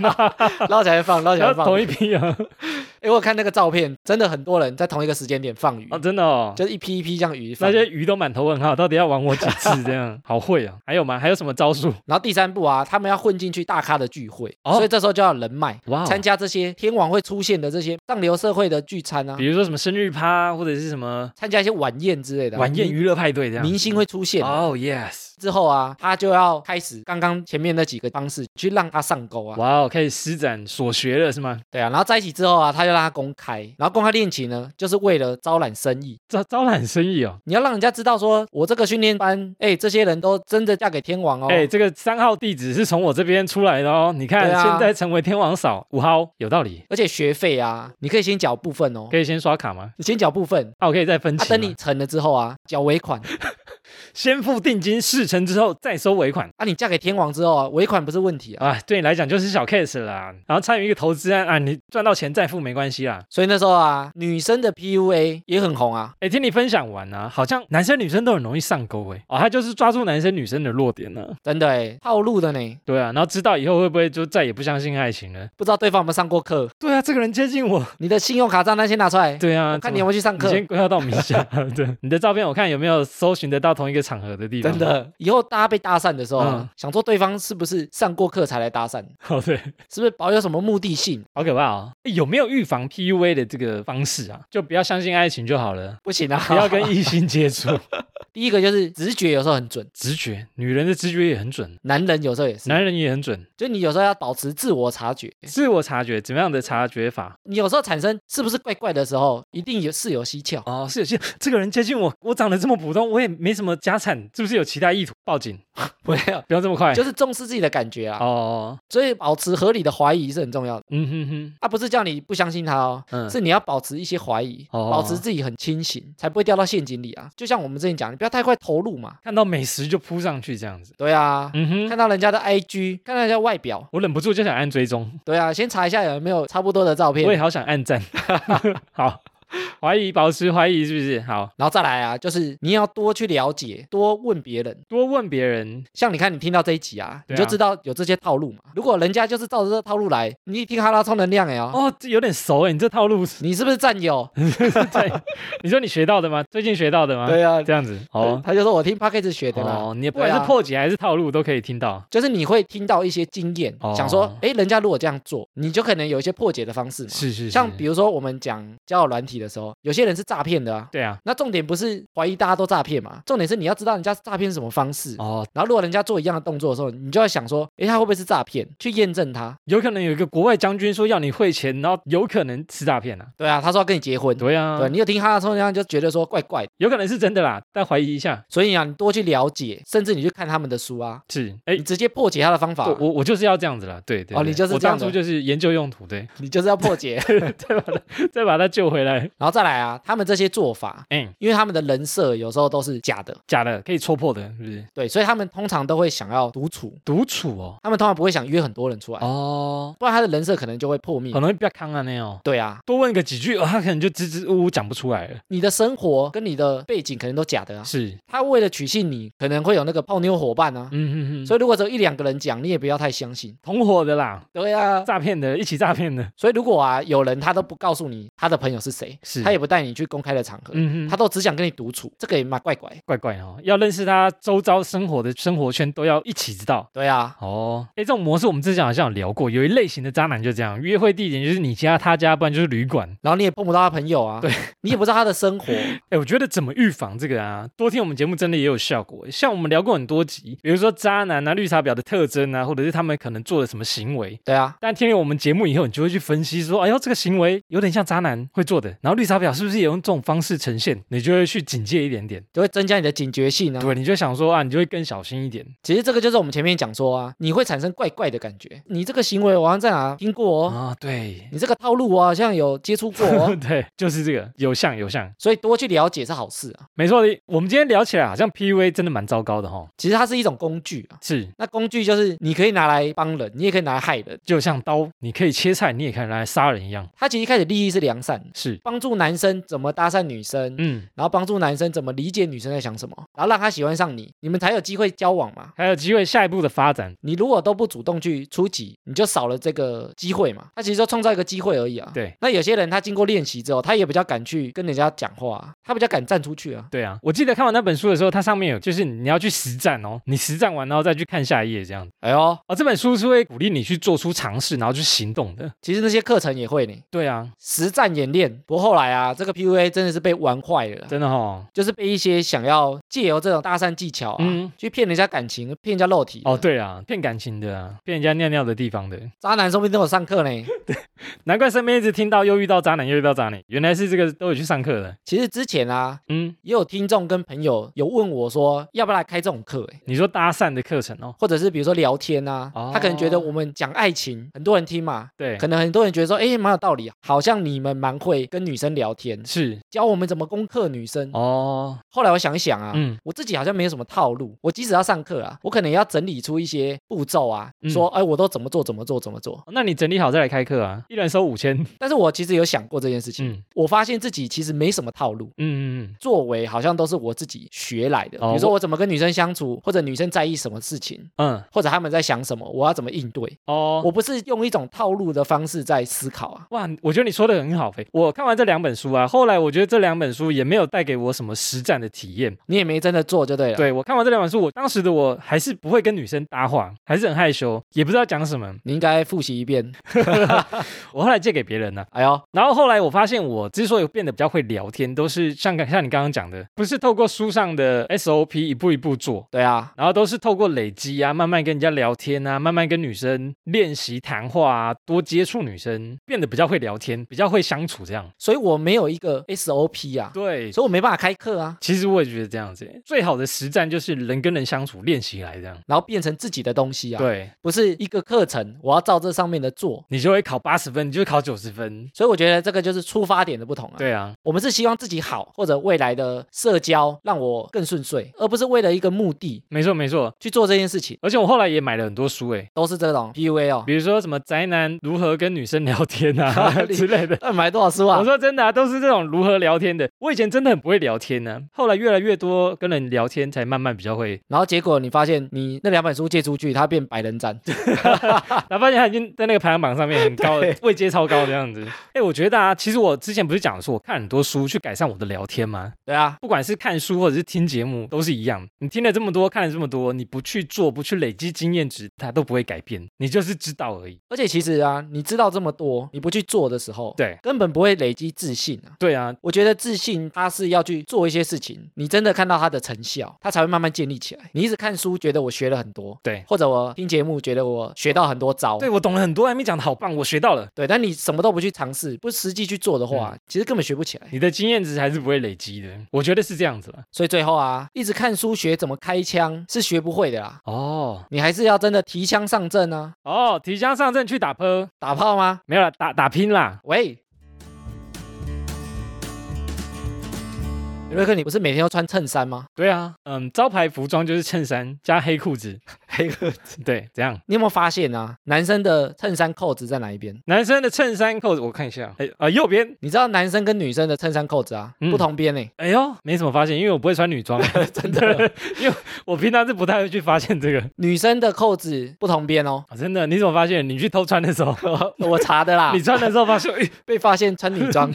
捞起来放，捞起来
然后 [LAUGHS]
放。
同一批啊，
诶，我有看那个照片，真的很多人在同一个时间点放鱼，
哦，真的哦。
就是一批一批这样鱼放
那。些鱼都满头问号，到底要玩我几
[LAUGHS]
次？这样好会啊！还有吗？还有什么招数？
然后第三步啊，他们要混进去大咖的聚会，
哦
所以这时候就要有人脉，
哇哦
参加这些天王会出现的这些上流社会的聚餐啊
比，如说什么生日趴，或者是什么
参加一些晚宴之类的啊、
晚宴
明
娱乐派对这样。
明星会出现啊、
哦、yes，
之后啊，他就要开始刚刚前面那几个方式去让他上钩啊，
哇哦，可以施展所学了是吗？
对啊，然后在一起之后啊，他就让他公开，然后公开恋情呢，就是为了招揽生意，
招招揽生意哦。
你要让人家知道说我这个训练班，哎，这些人都真的嫁给天王哦，
哎、这个三号弟子是从我这边出来的哦。你看，
对啊
现在成为天王嫂五号，有道理。
而且学费啊，你可以先缴部分哦
可，以先刷卡吗？
[LAUGHS] 你先缴部分。
啊，我可以再分期
啊，
吗、
等你成了之后啊，缴尾款，
先付定金，事成之后再收尾款。
啊，你嫁给天王之后啊，尾款不是问题啊，
啊，对你来讲就是小 case 啦。然后参与一个投资案啊，你赚到钱再付没关系啦。
所以那时候啊，女生的 PUA 也很红啊，
哎，听你分享完啊，好像男生女生都很容易上钩哎。哦，他就是抓住男生女生的弱点呢、啊。
真的诶，套路的呢，
对啊，然后知道以后会不会就再也不相信爱情了？
不知道对方有没有上过课，
对啊，这个人接近我。
你的信用卡账单先拿出来，
对啊，
我看
怎
你有
么
没有去上
你
课。
先归到到名 [LAUGHS] 下。对，你的照片我看有没有搜寻得到同一个场合的地方。
真，的，以后大家被搭讪的时候、啊
嗯
想说对方是不是上过课才来搭讪，
哦对，
是不是保有什么目的性？
[LAUGHS] 好可怕哦。诶有没有预防 PUA 的这个方式啊？就不要相信爱情就好了， [LAUGHS]
不行啊，
不要跟异性接触。
[LAUGHS]
[LAUGHS]
第一个就是直觉，有时候很准，
直觉，女人的直觉也很准，
男人有时候也是，
男人也很准。
就你有时候要保持自我察觉，
自我察觉，怎么样的察觉法？
你有时候产生是不是怪怪的时候，一定有是有蹊跷。
哦，是有些这个人接近我，我长得这么普通，我也没什么家产，是不是有其他意图？报警，
没有，
[LAUGHS] 不要啊这么快。
[LAUGHS] 就是重视自己的感觉啊，
哦，
所以保持合理的怀疑是很重要的。
嗯哼哼，
啊，不是叫你不相信他哦，
嗯
是你要保持一些怀疑，
哦
保持自己很清醒，才不会掉到陷阱里啊。就像我们之前讲，你不要太快投入嘛。
看到美食就扑上去这样子。
对啊，
嗯
看
哼，
到人家的 IG，看到人家外表，
我忍不住就想按追踪，
对啊，先查一下有没有差不多的照片
我也，好想按
[LAUGHS]
赞。好，怀疑，保持怀疑是不是？好
然后再来啊，就是你要多去了解，多问别人。
多问别人，
像你看，你听到这一集啊，
对
你
啊
就知道有这些套路嘛。如果人家就是照着这套路来，你一听哈拉充能量哎哦，
哦，这有点熟哎，你这套路是
你是不是战友？ [LAUGHS]
在，你说你学到的吗？最近学到的吗？
对啊，
这样子，哦
他就说我听 p a c k a g e 学的啦。
哦，你不管
对
是
啊
破解还是套路都可以听到。
就是你会听到一些经验，
哦
想说，哎，人家如果这样做，你就可能有一些破解的方式嘛。
是是，
像
是
比如说我们讲交友软体的时候，有些人是诈骗的啊。
对啊，
那重点不是怀疑大家都诈骗嘛，重点是你要知道人家诈骗是什么方式。
哦，
然后如果人家做一样的动作的时候，你就要想说，哎，他会不会是诈骗？去验证他。
有可能有一个国外将军说要你汇钱，然后有可能是诈骗啊。
对啊，他说要跟你结婚。
对啊，
对，你有听他的冲量就觉得说怪怪的，
有可能是真的啦，但怀疑一下
所以啊，你多去了解，甚至你去看他们的书啊，
是哎
你。直接破解他的方法
我，我我就是要这样子啦，对对
啊哦
对
你就是
我
这样
当
的
初就是研究用途，对， [LAUGHS]
你就是要破解。
再把它再把它救回来，
然后再来啊，他们这些做法，
嗯，
因为他们的人设有时候都是假的，
假的可以戳破的，是不是？
对，所以他们通常都会想要独处，
独处哦，
他们通常不会想约很多人出来，
哦，
不然他的人设可能就会破灭
很。容易不要康啊那样，
对啊，
多问个几句，哦，他可能就支支吾吾讲不出来了，
你的生
嗯
活跟你的背景可能都假的啊。
是，
他为了取信你，可能会有那个泡妞伙伴啊。
嗯嗯嗯，
所以如果只有一两个人讲，你也不要太相信。
同伙的啦，
对啊，
诈骗的，一起诈骗的，
所以如果啊有人他都不告诉你他的朋友是谁，谁，
是
他也不带你去公开的场合，
嗯
他
哼，
都只想跟你独处，这个也蛮怪怪。
怪怪哦，要认识他周遭生活的生活圈都要一起知道。
对啊，
哦，哎，这种模式我们之前好像有聊过，有一类型的渣男就这样，约会地点就是你家、他家，不然就是旅馆。
然后你也碰不到他朋友啊，
对，
你也不知道他的
[LAUGHS]
生活，
哎，我觉得怎么预防这个啊？多听我们节目真的也有效果。像我们聊过很多集，比如说渣男啊、绿茶婊的特征啊，或者是他们可能做了什么行为。
对啊，
但听了我们节目以后，你就会去分析说，哎呦，这个行为有点像渣男会做的，然后绿茶婊是不是也用这种方式呈现？你就会去警戒一点点，
就会增加你的警觉性
[LAUGHS]
啊。
对，你就会想说啊，你就会更小心一点。
其实这个就是我们前面讲说啊，你会产生怪怪的感觉，你这个行为我好像在哪听过
[LAUGHS]
哦，
啊、对，，
你这个套路我好像有接触过哦
[LAUGHS] 对，就是这个，有像有像，
所以多去了解是好事啊。
没错的。我们今天聊起来，好啊像 PUA 真的蛮糟糕的哈、哦，
其实它是一种工具啊，
是，
那工具就是你可以拿来帮人，你也可以拿来害人。
就像刀，你可以切菜，你也可以拿来杀人一样，
它其实一开始利益是良善的，
是，
帮助男生怎么搭讪女生，
嗯，
然后帮助男生怎么理解女生在想什么，然后让他喜欢上你，你们才有机会交往嘛。
还有机会下一步的发展。
你如果都不主动去出击，你就少了这个机会嘛。他其实就创造一个机会而已啊。
对。
那有些人他经过练习之后，他也比较敢去跟人家讲话啊、他比较敢站出去啊。
对啊，我记得看完那本书的时候，它上面有就是你要去实战哦，你实战完然后再去看下一页这样子。
哎呦，
哦，这本书是会鼓励你去做出尝试，然后去行动的。
其实那些课程也会呢，
对啊，
实战演练。不过后来啊，这个 PUA 真的是被玩坏了啊，
真的哦。
就是被一些想要借由这种搭讪技巧啊，
嗯
去骗人家感情、骗人家肉体的
哦，，对啊，骗感情的啊，骗人家尿尿的地方的，
渣男说不定都有上课呢。
难怪身边一直听到又遇到渣男，又遇到渣女，原来是这个都有去上课的。
其实之前啊，
嗯，
也有听众跟朋友有问我说，要不要来开这种课、欸？
你说搭讪的课程哦，
或者是比如说聊天啊，
哦
他可能觉得我们讲爱情，很多人听嘛，
对，
可能很多人觉得说，哎，蛮有道理啊，好像你们蛮会跟女生聊天，
是
教我们怎么攻克女生。
哦，
后来我想一想啊，
嗯
我自己好像没有什么套路，我即使要上课啊，我可能也要整理出一些步骤啊，
嗯
说，哎，我都怎么做，怎么做，怎么做。
哦那你整理好再来开课啊，一人收五千。
但是我其实有想过这件事情，
嗯
我发现自己其实没什么套路。
嗯嗯
作为好像都是我自己学来的，
哦
比如说我怎么跟女生相处，或者女生在意什么事情，
嗯嗯，
或者她们在想什么，我要怎么应对。
哦，
我不是用一种套路的方式在思考啊。
哇，我觉得你说的很好，肥。我看完这两本书啊，后来我觉得这两本书也没有带给我什么实战的体验。
你也没真的做就对了。，
对我看完这两本书，我当时的我还是不会跟女生搭话，还是很害羞，也不知道讲什么。
你应该复习一遍。
我后来借给别人了、
哎呦，
然后后来我发现，我之所以变得比较会聊天，都是像像你刚刚讲的，不是透过书上的 SOP 一步一步做，
对啊，
然后都是透过累积啊，慢慢跟人家聊天啊，慢慢跟女生练习谈话啊，多接触女生，变得比较会聊天，比较会相处这样。
所以我没有一个 SOP 啊，
对，
所以我没办法开课啊，
其实我也觉得这样子，最好的实战就是人跟人相处练习来这样。
然后变成自己的东西啊，，
对
不是一个课程，我要照这上面的做。
你就会考八十分，你就会考九十分。
所以我觉得这个就是出发点的不同啊。，
对啊，
我们是希望自己好，或者未来的社交让我更顺遂，而不是为了一个目的
没错没错。
去做这件事情，
而且我后来也买了很多书诶，
都是这种 PUA 哦。
比如说什么宅男如何跟女生聊天啊 [LAUGHS] 之类的。
那你买多少书啊
我？说真的啊，都是这种如何聊天的。我以前真的很不会聊天呢、后来越来越多跟人聊天，才慢慢比较会。
然后结果你发现你那两本书借出去，它变百人斩， [LAUGHS]
然后发现他已经在那个排行榜上面很高，位阶超高的样子。哎，我觉得啊，其实我之前不是讲说我看很多书去改善我的聊天吗？
对啊，
不管是看书或者是听节目，都是一样。你听了这么多，看了这么多，你不去做，不去累积经验值，它都不会改变，你就是知道而已。
而且其实啊，你知道这么多，你不去做的时候，
对
根本不会累积自信啊。
对啊，
我觉得自信它是要去做一些事情，你真的看到它的成效，它才会慢慢建立起来。你一直看书，觉得我学了很多，
对
或者我听节目，觉得我学到很多招，
对我懂了很多，艾米讲的好棒，我学到了。
对但你什么都不去尝试，不实际去做的话，
嗯
其实根本学不起来。
你的经验值还是不会累积的，我觉得是这样子了。
所以最后啊，一直看书学怎么开枪是学不会的啦，
哦
你还是要真的提枪上阵啊，
哦，提枪上阵去打坡，
打炮吗？
没有啦，打打拼啦。
喂。瑞克，你不是每天都穿衬衫吗？
对啊，嗯，招牌服装就是衬衫加 [LAUGHS] 黑裤子， [LAUGHS]
黑哥，
对，这样。
[LAUGHS] 你有没有发现啊？男生的衬衫扣子在哪一边？
男生的衬衫扣子，我看一下，哎啊、右边，
你知道男生跟女生的衬衫扣子啊，
嗯
不同边呢、
哎呦，没什么发现，因为我不会穿女装，
[LAUGHS] 真的，
[LAUGHS] 因为我平常是不太会去发现这个。
女生的扣子不同边哦。
啊、真的，你怎么发现？你去偷穿的
[LAUGHS]
时候，
我查的啦
[LAUGHS] 你，穿的时候发现，哎，
被发现穿女装，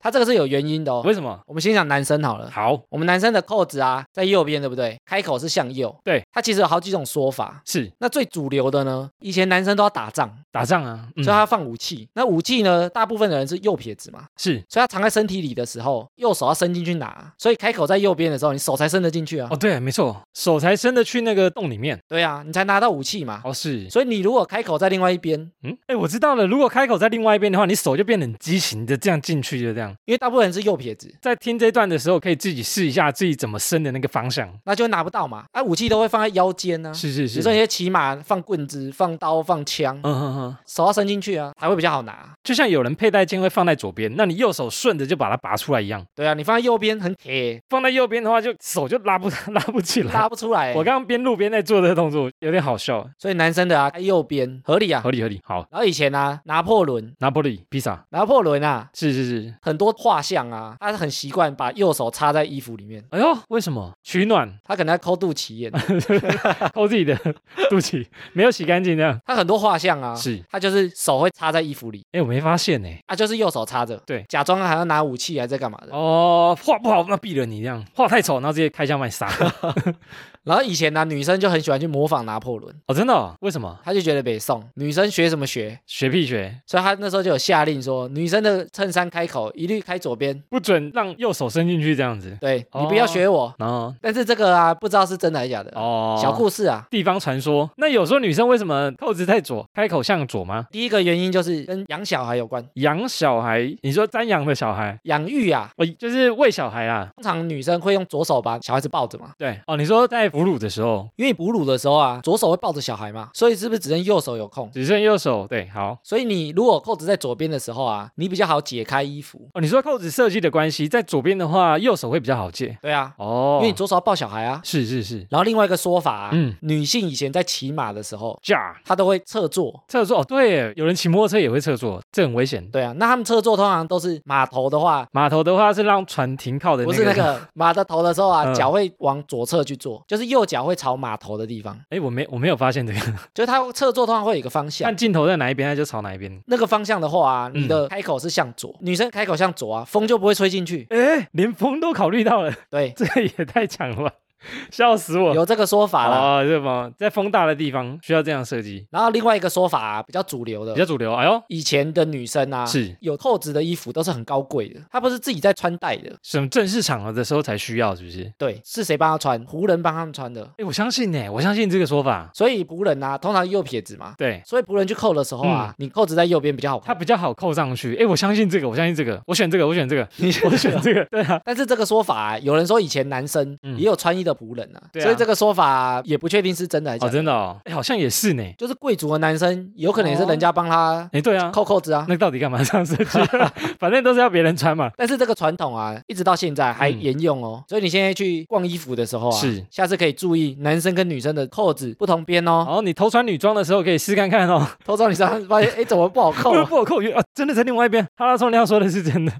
他这个是有原因的哦。
[LAUGHS] 为什么？
我们先讲男生好了。
好，
我们男生的扣子啊，在右边，对不对？开口是向右。
对，
它其实有好几种说法。
是
那最主流的呢，以前男生都要打仗，
打仗啊，嗯
所以他要放武器。那武器呢，大部分的人是右撇子嘛，
是
所以他藏在身体里的时候，右手要伸进去拿，所以开口在右边的时候，你手才伸得进去啊。
哦，对，没错，手才伸得去那个洞里面。
对啊，你才拿到武器嘛。
哦，是，
所以你如果开口在另外一边，
嗯，哎，我知道了。如果开口在另外一边的话，你手就变得很畸形的这样进去，就这样。
因为大部分人是右撇子，
在听这段的时候，可以自己试一下自己怎么伸的那个方向。
那就拿不到嘛。啊，武器都会放在腰间呢、啊。
是是
比
是
如，说你些骑马放棍子、放刀、放枪，
嗯哼哼，
手要伸进去啊，才会比较好拿。
就像有人佩戴剑会放在左边，那你右手顺着就把它拔出来一样。
对啊，你放在右边很铁，
放在右边的话就，手就拉不 [LAUGHS] 拉不起来。
拉不出来、
我刚刚边录边在做这个动作，有点好笑，
所以男生的啊，在右边合理啊。
合理合理。好，
然后以前啊，拿破仑，
拿破里披萨，
拿破仑啊，
是是是。
很多画像啊，他是很习惯把右手插在衣服里面，
哎呦，为什么取暖 [LAUGHS]
他可能在抠肚脐眼。
抠自己的 [LAUGHS] 肚脐没有洗干净呢？
他很多画像啊，
是
他就是手会插在衣服里，
哎，我没发现呢。
啊，就是右手插着，
对
假装还要拿武器还在干嘛的。
哦，画不好那毙了你这样，画太丑，然后直接开枪把你杀。
然后以前呢、啊女生就很喜欢去模仿拿破仑，
哦，真的哦？为什么？
她就觉得北宋女生学什么学，
学屁学，
所以她那时候就有下令说，女生的衬衫开口一律开左边，
不准让右手伸进去这样子。
对
哦
你不要学我。
然后
但是这个啊，不知道是真的还是假的，
哦，
小故事啊。
地方传说。那有时候女生为什么扣子在左，开口向左吗？
第一个原因就是跟养小孩有关，
养小孩，你说瞻仰的小孩，
养育啊，
哦，就是喂小孩啦。
通常女生会用左手把小孩子抱着嘛，
对，哦，你说在哺乳的时候，
因为哺乳的时候啊，左手会抱着小孩嘛，所以是不是只能右手有空？
只剩右手，对，好。
所以你如果扣子在左边的时候啊，你比较好解开衣服。
哦，你说扣子设计的关系，在左边的话，右手会比较好借。
对啊，
哦
因，为你左手要抱小孩啊。
是是是，
然后另外一个说法、啊，
嗯
女性以前在骑马的时候，
架
她都会侧坐。
侧坐，哦，对耶，有人骑摩托车也会侧坐，这很危险。
对啊，那他们侧坐通常都是马头的话，
码头的话是让船停靠的
不是那
[LAUGHS]
个马的头的时候啊，
嗯
脚会往左侧去坐，就是右脚会朝马头的地方，
哎，我没我没有发现这个，
就是它侧坐通常会有一个方向
看。镜头在哪一边，它就朝哪一边。
那个方向的话啊，
嗯
你的开口是向左，女生开口向左啊，风就不会吹进去。
哎，连风都考虑到了， [LAUGHS]
对，
这个也太强了吧，笑死我。
有这个说法啦。
哦，对吗？在风大的地方需要这样设计，
然后另外一个说法、啊、比较主流
比较
的，
主流。哎呦，
以前的女生啊，
是
有扣子的衣服都是很高贵的，她不是自己在穿戴的。
什么正式场合的时候才需要，是不是？
对，是谁帮她穿？仆人帮他们穿的。
哎，我相信呢，我相信这个说法。
所以仆人啊，通常右撇子嘛，
对，
所以仆人去扣的时候
嗯
啊，你扣子在右边比较好
它
看。
比较好扣上去。哎，我相信这个，我相信这个，我选这个，我选这个，
你
我选这个。对啊，
[LAUGHS] 但是这个说法、啊，有人说以前男生
嗯
也有穿衣的仆人啊，
对啊
所以这个说法、啊、也不确定是真的还是假
哦，
的。
真的哦，哎，好像也是呢。
就是贵族的男生，有可能
哦
也是人家帮他
哎，对啊，
扣扣子啊。
[LAUGHS] 那到底干嘛这样设计？ [LAUGHS] 反正都是要别人穿嘛。
但是这个传统啊，一直到现在还
嗯
沿用哦。所以你现在去逛衣服的时候啊，
是
下次可以注意男生跟女生的扣子不同边哦。
哦，你偷穿女装的时候可以试看看哦。
偷照你身 [LAUGHS] 上发现，哎，怎么不好
[LAUGHS]
扣、
不
啊？
不好扣啊，真的在另外一边。哈拉松亮说的是真的。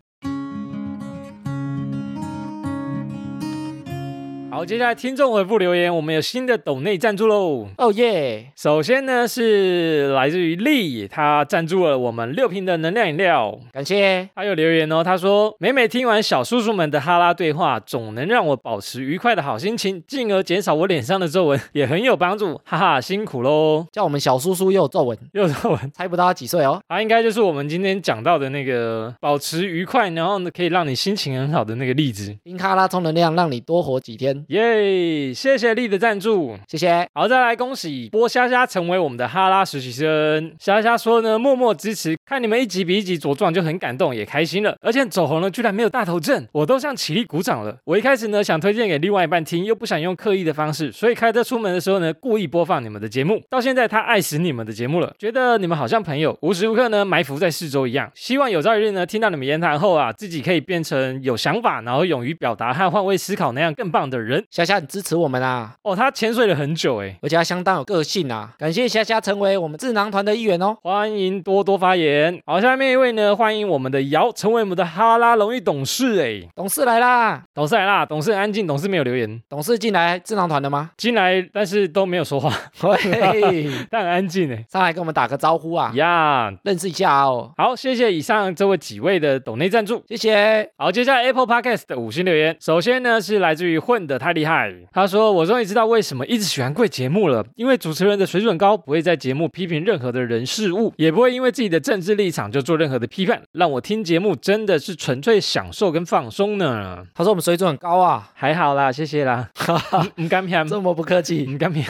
好，接下来听众回复留言，我们有新的抖内赞助喽。
哦耶！
首先呢是来自于丽，她赞助了我们六瓶的能量饮料。
感谢，
还有留言哦，他说每每听完小叔叔们的哈拉对话，总能让我保持愉快的好心情，进而减少我脸上的皱纹，也很有帮助，哈哈，辛苦喽。
叫我们小叔叔又有皱纹，
[LAUGHS] 又皱纹，
猜不到他几岁哦。
啊它应该就是我们今天讲到的那个保持愉快，然后呢可以让你心情很好的那个例子。
听卡拉充能量，让你多活几天。分，
耶！谢谢力的赞助。
谢谢。
好，再来恭喜波虾虾成为我们的哈拉实习生。虾虾说呢，默默支持，看你们一集比一集茁壮，就很感动，也开心了。而且走红了，居然没有大头症，我都向起立鼓掌了。我一开始呢想推荐给另外一半听，又不想用刻意的方式，所以开车出门的时候呢，故意播放你们的节目。到现在他爱死你们的节目了，觉得你们好像朋友，无时无刻呢埋伏在四周一样。希望有朝一日呢听到你们言谈后啊，自己可以变成有想法，然后勇于表达和换位思考那样更棒的人。
虾虾很支持我们啊，
哦，他潜水了很久诶。
而且他相当有个性啊。感谢虾虾成为我们智囊团的一员哦。
欢迎多多发言。好，下面一位呢，欢迎我们的姚成为我们的哈拉荣誉董事。哎，
董事来啦，
董事来啦，董事很安静，董事没有留言
董事进来智囊团
[LAUGHS]
了吗？
进来，但是都没有说话，
嘿，
[LAUGHS] 但很安静哎。
上来跟我们打个招呼啊，
呀
认识一下哦。
好，谢谢以上这位几位的抖内赞助。
谢谢，
好，接下来 Apple Podcast 的五星留言，首先呢是来自于混的太厉害，他说我终于知道为什么一直喜欢贵节目了，因为主持人的水准高，不会在节目批评任何的人事物，也不会因为自己的政治立场就做任何的批判，让我听节目真的是纯粹享受跟放松呢。
他说我们水准很高啊，
[LAUGHS] 还好啦，谢谢啦，嗯唔敢骗， [LAUGHS]
这么不客气。
唔敢骗，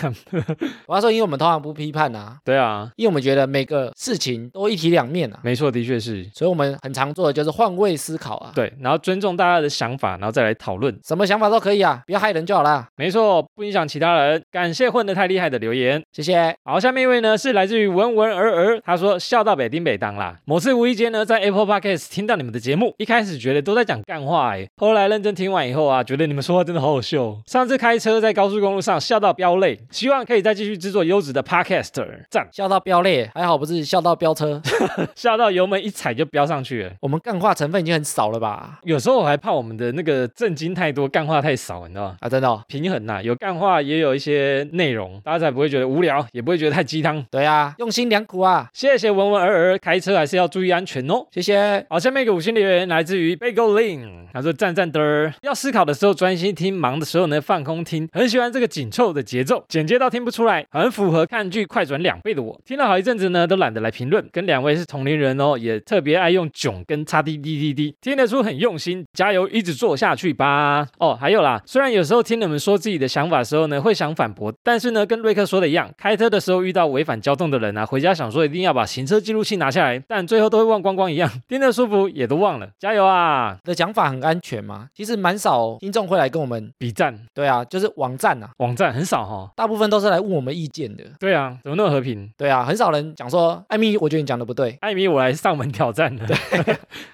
我要说，因为我们通常不批判啊，
嗯对啊，
因为我们觉得每个事情都一体两面啊，
没错，的确是。
所以我们很常做的就是换位思考啊。，
对，然后尊重大家的想法，然后再来讨论。
什么想法都可以啊，不要害人就好啦。
没错，不影响其他人。感谢混得太厉害的留言。
谢谢，
好，下面一位呢是来自于文文儿儿，他说笑到北丁北当啦。某次无意间呢在 Apple Podcast 听到你们的节目，一开始觉得都在讲干话哎，后来认真听完以后啊，觉得你们说话真的好好笑哦。上次开车在高速公路上笑到飙泪，希望可以再继续制作优质的 Podcaster，赞！
笑到飙泪，还好不是笑到飙车。 [LAUGHS]
笑到油门一踩就飙上去了。
我们干化成分已经很少了吧？
有时候我还怕我们的那个震惊太多，干话太少，你知道吗？
啊，真的、哦，
平衡呐、有干话也有一些内容，大家才不会觉得无聊，也不会觉得太鸡汤。
对啊，用心良苦啊，
谢谢文文儿儿，开车还是要注意安全哦。
谢谢。
好，下面一个五星留言来自于 Bagel Lin，他说赞赞的儿，要思考的时候专心听，忙的时候呢放空听，很喜欢这个紧凑的节奏，简介到听不出来，很符合看剧快转两倍的我。听了好一阵子呢，都懒得来评论。跟两位是同龄人哦，也特别爱用囧跟叉滴滴滴滴，听得出很用心，加油，一直做下去吧。哦，还有啦，虽然有时候听你们说自己的想法的时候呢，会想反驳，但是呢，跟瑞克说的一样，开车的时候遇到违反交通的人啊，回家想说一定要把行车记录器拿下来，但最后都会忘光光一样，听得舒服也都忘了，加油啊！
你的讲法很安全吗？其实蛮少听众会来跟我们，
比赞
对啊，就是网站啊，
网站很少哈。
大部分都是来问我们意见的。
对啊，怎么那么和平？
对啊，很少人讲说，艾米，我觉得你讲的不对，
艾米，我来上门挑战了。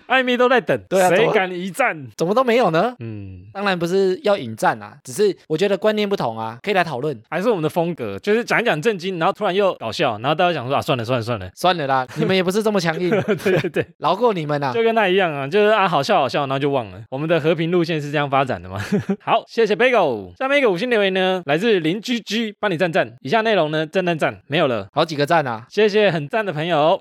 艾米都在等，
[LAUGHS] 对啊怎
谁
么
敢一战？
怎么都没有呢？
嗯，
当然不是要引战啊，只是我觉得观念不同啊，可以来讨论。
还是我们的风格，就是讲一讲正经，然后突然又搞笑，然后大家想说啊，算了算了算了， [LAUGHS]
算了啦，你们也不是这么强硬，
对对对，
饶过你们啦、
就跟那一样啊，就是啊好笑好笑，然后就忘了。我们的和平路线是这样发展的吗？ [LAUGHS] 好，谢谢 Bagel。下面一个五星留言呢，来自邻居 G，帮你赞赞。以下内容呢，赞赞赞，没有了。
好几个赞啊，
谢谢很赞的朋友，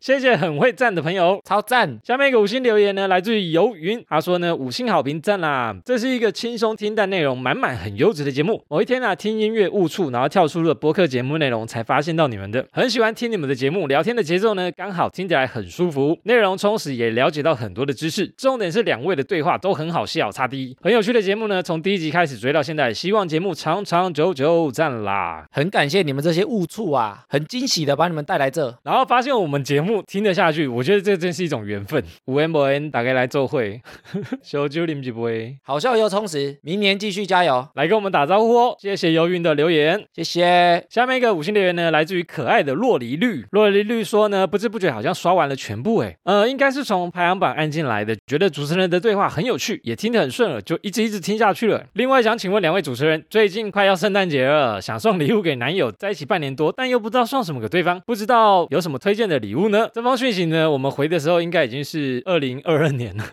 谢谢很会赞的朋友。
超赞，
下面一个五星留言呢，来自于游云，他说呢五星好评赞啦，这是一个轻松听但内容满满很优质的节目。某一天啊，听音乐误触，然后跳出了播客节目内容，才发现到你们的，很喜欢听你们的节目，聊天的节奏呢刚好听起来很舒服，内容充实，也了解到很多的知识。重点是两位的对话都很好笑，差第一，很有趣的节目呢，从第一集开始追到现在，希望节目长长久久，赞啦！
很感谢你们这些误触啊，很惊喜的把你们带来这。
然后发现我们节目听得下去，我觉得这真是一种缘分。五 M 五 N 打开来做会， [LAUGHS] 小酒啉一杯，
好笑又充实，明年继续加油，
来跟我们打招呼哦。谢谢游云的留言。
谢谢。
下面一个五星留言呢，来自于可爱的洛梨绿。洛梨绿说呢，不知不觉好像刷完了全部诶，呃，应该是从排行榜按进来的，觉得主持人的对话很有趣，也听得很顺耳，就一直一直听下去了。另外想请问两位主持人，最近快要圣诞节了，想送礼物给男友，在一起半年多，但又不知道送什么给对方，不知道有什么推荐的礼物呢？这封讯息呢，我们回的时候应该已经是二零二二年了。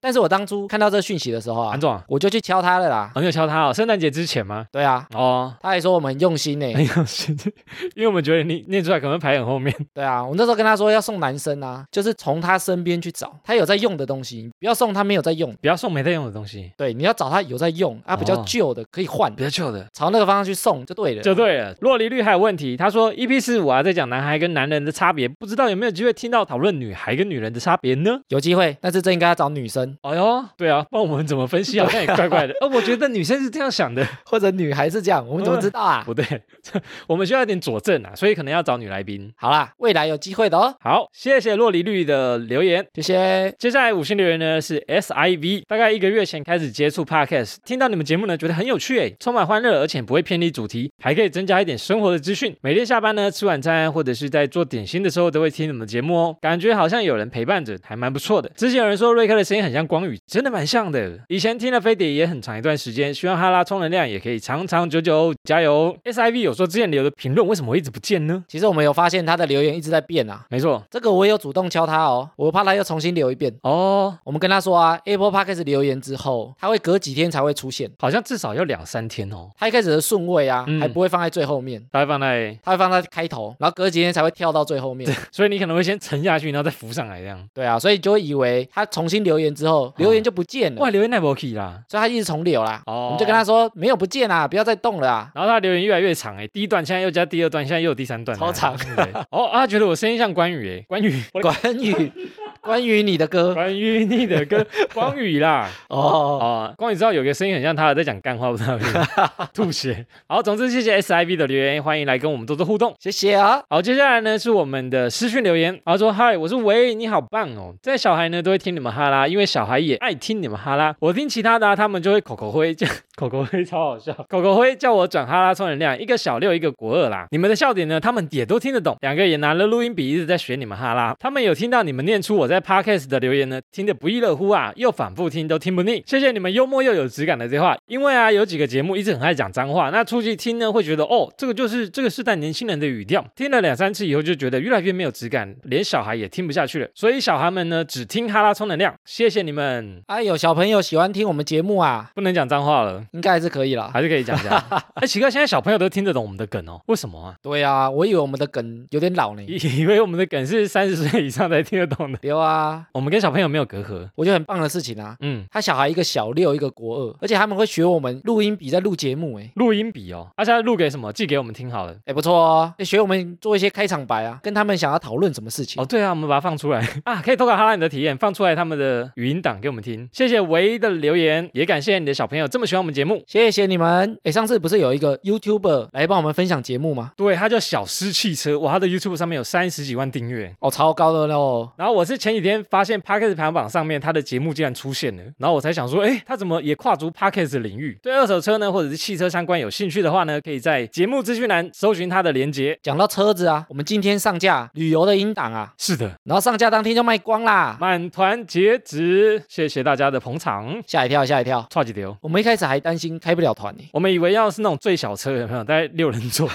但是我当初看到这讯息的时候啊
韩，总啊，
我就去敲他了啦。
朋友敲他哦，圣诞节之前吗？
对啊，
哦，
他还说我们很用心呢、
很有心， [LAUGHS] 因为我们觉得你念出来可能会排很后面。
对啊，我那时候跟他说要送男生啊，就是从他身边去找他有在用的东西，不要送他没有在用。
不要送没在用的东西，
对，你要找他有在用啊，比较
哦
旧的可以换
比，较旧的。
朝那个方向去送就对了。
就对了，洛梨绿还有问题，他说 EP 四五啊，在讲男孩跟男人的差别，不知道道有没有机会听到讨论女孩跟女人的差别呢？
有机会，但是这应该要找女生
哎呦，对啊，不然我们怎么分析好像也怪 [LAUGHS] 怪的。呃，我觉得女生是这样想的，
或者女孩是这样，我们
嗯
怎么知道啊？
不对， [LAUGHS] 这我们需要一点佐证啊，所以可能要找女来宾。
好啦，未来有机会的哦，
好，谢谢洛梨绿的留言。
谢谢。
接下来五星留言呢是 S I V，大概一个月前开始接触 Podcast，听到你们节目呢觉得很有趣诶，充满欢乐，而且不会偏离主题，还可以增加一点生活的资讯。每天下班呢吃晚餐或者是在做点心的时候都会听你们节目哦，感觉好像有人陪伴着，还蛮不错的。之前有人说瑞克的声音很像光宇，真的蛮像的。以前听了飞碟也很长一段时间，希望哈拉充能量也可以长长久久哦，加油哦！S I V 有说之前留的评论为什么会一直不见呢？
其实我们有发现他的留言一直在变啊，
没错，
这个我也有主动敲他哦，我怕他又重新留一遍。
哦，
我们跟他说啊，Apple Podcast 留言之后，他会隔几天才会出现。
好像至少要两三天哦，
他一开始的顺位啊，
嗯
还不会放在最后面，
大概放在
他会放在开头，然后隔几天才会跳到最后面。
所以你可能会先沉下去，然后再浮上来这样。
对啊，所以就会以为他重新留言之后，留言就不见了，
哇，留言那不 OK 啦。
所以他一直重留啦。
嗯哦
我们就跟他说没有不见啦，不要再动了啊。
然后他留言越来越长哎，第一段现在又加第二段，现在又有第三段，
超长
对。 [LAUGHS] 哦，啊他觉得我声音像关羽哎，关羽，
[LAUGHS] 关于关于你的
[LAUGHS]
歌
关羽你的歌， [LAUGHS] 关羽啦。
哦，
哦，光宇知道有个声音很像他的在讲干话，不知道为什 [LAUGHS] 么吐血。好，总之谢谢 SIV 的留言，欢迎来跟我们多多互动。
谢谢啊。
好，接下来呢是我们的私讯留言，然后说嗨，我是维，你好棒哦。这些小孩呢都会听你们哈拉，因为小孩也爱听你们哈拉。我听其他的、啊，他们就会口口灰叫，口口灰超好笑， [LAUGHS] 口口灰叫我转哈拉充能量，一个小六，一个国二啦。你们的笑点呢，他们也都听得懂，两个也拿了录音笔一直在学你们哈拉。他们有听到你们念出我在 podcast 的留言呢，听得不亦乐乎啊，又反复听都听不腻。谢谢你们幽默又有质感的这话，因为啊有几个节目一直很爱讲脏话，那出去听呢会觉得哦，这个就是这个是代年轻人的语调，听了两三次以后就觉得越来越没有质感，连小孩也听不下去了。所以小孩们呢只听哈拉充能量，谢谢你们，
啊，有小朋友喜欢听我们节目啊，
不能讲脏话了。
应该还是可以啦。
还是可以讲一下。 [LAUGHS] 哎、奇怪，现在小朋友都听得懂我们的梗哦，为什么啊？
对啊，我以为我们的梗有点老呢。
以以为我们的梗是三十岁以上才听得懂的。
有啊，
我们跟小朋友没有隔阂。
我觉得很棒的事情啊。
嗯，
他小孩一个小六，一个国二，而且他们会学我们录音笔在录节目，哎
录音笔哦，而且录给什么？寄给我们听好了。
哎不错哦，就学我们做一些开场白啊，跟他们想要讨论什么事情。
哦，对啊，我们把它放出来 [LAUGHS] 啊，可以投稿哈拉你的体验，放出来他们的语音档给我们听。谢谢唯一的留言，也感谢你的小朋友这么喜欢我们节目。
谢谢你们！哎，上次不是有一个 YouTuber 来帮我们分享节目吗？
对，他叫小狮汽车，哇，他的 YouTube 上面有三十几万订阅。
哦，超高的喽！
然后我是前几天发现 p a c k e t 排行榜上面他的节目竟然出现了，然后我才想说，哎，他怎么也跨足 p a c k e t 领域？对二手车呢，或者是汽车相关有兴趣的话呢，可以在节目资讯栏搜寻他的连接。
讲到车子啊，我们今天上架旅游的音档啊，
是的，
然后上架当天就卖光啦，
满团截止，谢谢大家的捧场，
吓一跳，吓一跳！
差几丢。
我们一开始还担心开不了团呢，
我们以为要是那种最小车，有没有？大概六人座、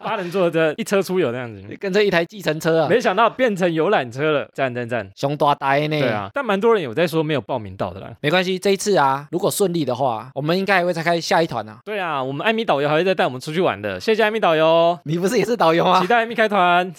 八人座的一车出游那样子，
跟着一台计程车啊，
没想到变成游览车了，赞赞赞！
熊大呆呢。
对啊，但蛮多人有在说没有报名到的啦。
没关系，这一次啊，如果顺利的话，我们应该还会再开下一团啊。
对啊，我们艾米导游还会再带我们出去玩的，谢谢艾米导游，
你不是也是导游吗
期？待艾米开团。 [LAUGHS]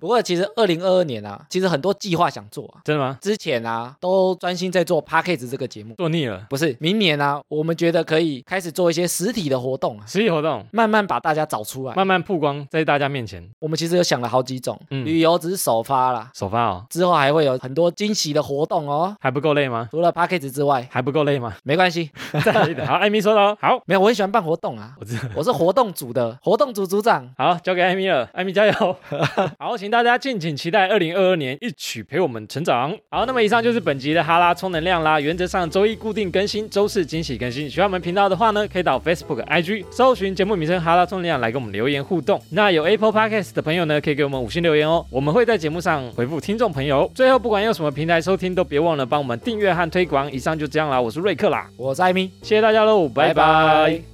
不过其实二零二二年啊，其实很多计划想做啊，
真的吗？
之前啊都专心在做 p a c k a g e 这个节目，
做腻了，
不是明年啊，我们觉得可以开始做一些实体的活动啊。
实体活动
慢慢把大家找出来，
慢慢曝光在大家面前，
我们其实有想了好几种，
嗯
旅游只是首发啦，
首发哦，
之后还会有很多惊喜的活动哦。
还不够累吗？
除了 p a c k a g e 之外，
还不够累吗？ [LAUGHS]
没关系，
再来一点。好，艾米说的哦，好，
没有，我很喜欢办活动啊，
我知道。
我是活动组的，活动组组长。
好，交给艾米了，艾米加油！好，请大家敬请期待二零二二年，一起陪我们成长。好，那么以上就是本集的哈拉充能量啦。原则上周一固定更新，周四惊喜更新。喜欢我们频道的话呢，可以到 Facebook、IG 搜寻节目名称“哈拉充能量”来跟我们留言互动。那有 Apple Podcast 的朋友呢，可以给我们五星留言哦，我们会在节目上回复听众朋友。最后，不管用什么平台收听，都别忘了帮我们订阅和推广。以上就这样啦，我是瑞克啦，
我是艾米，
谢谢大家喽，拜拜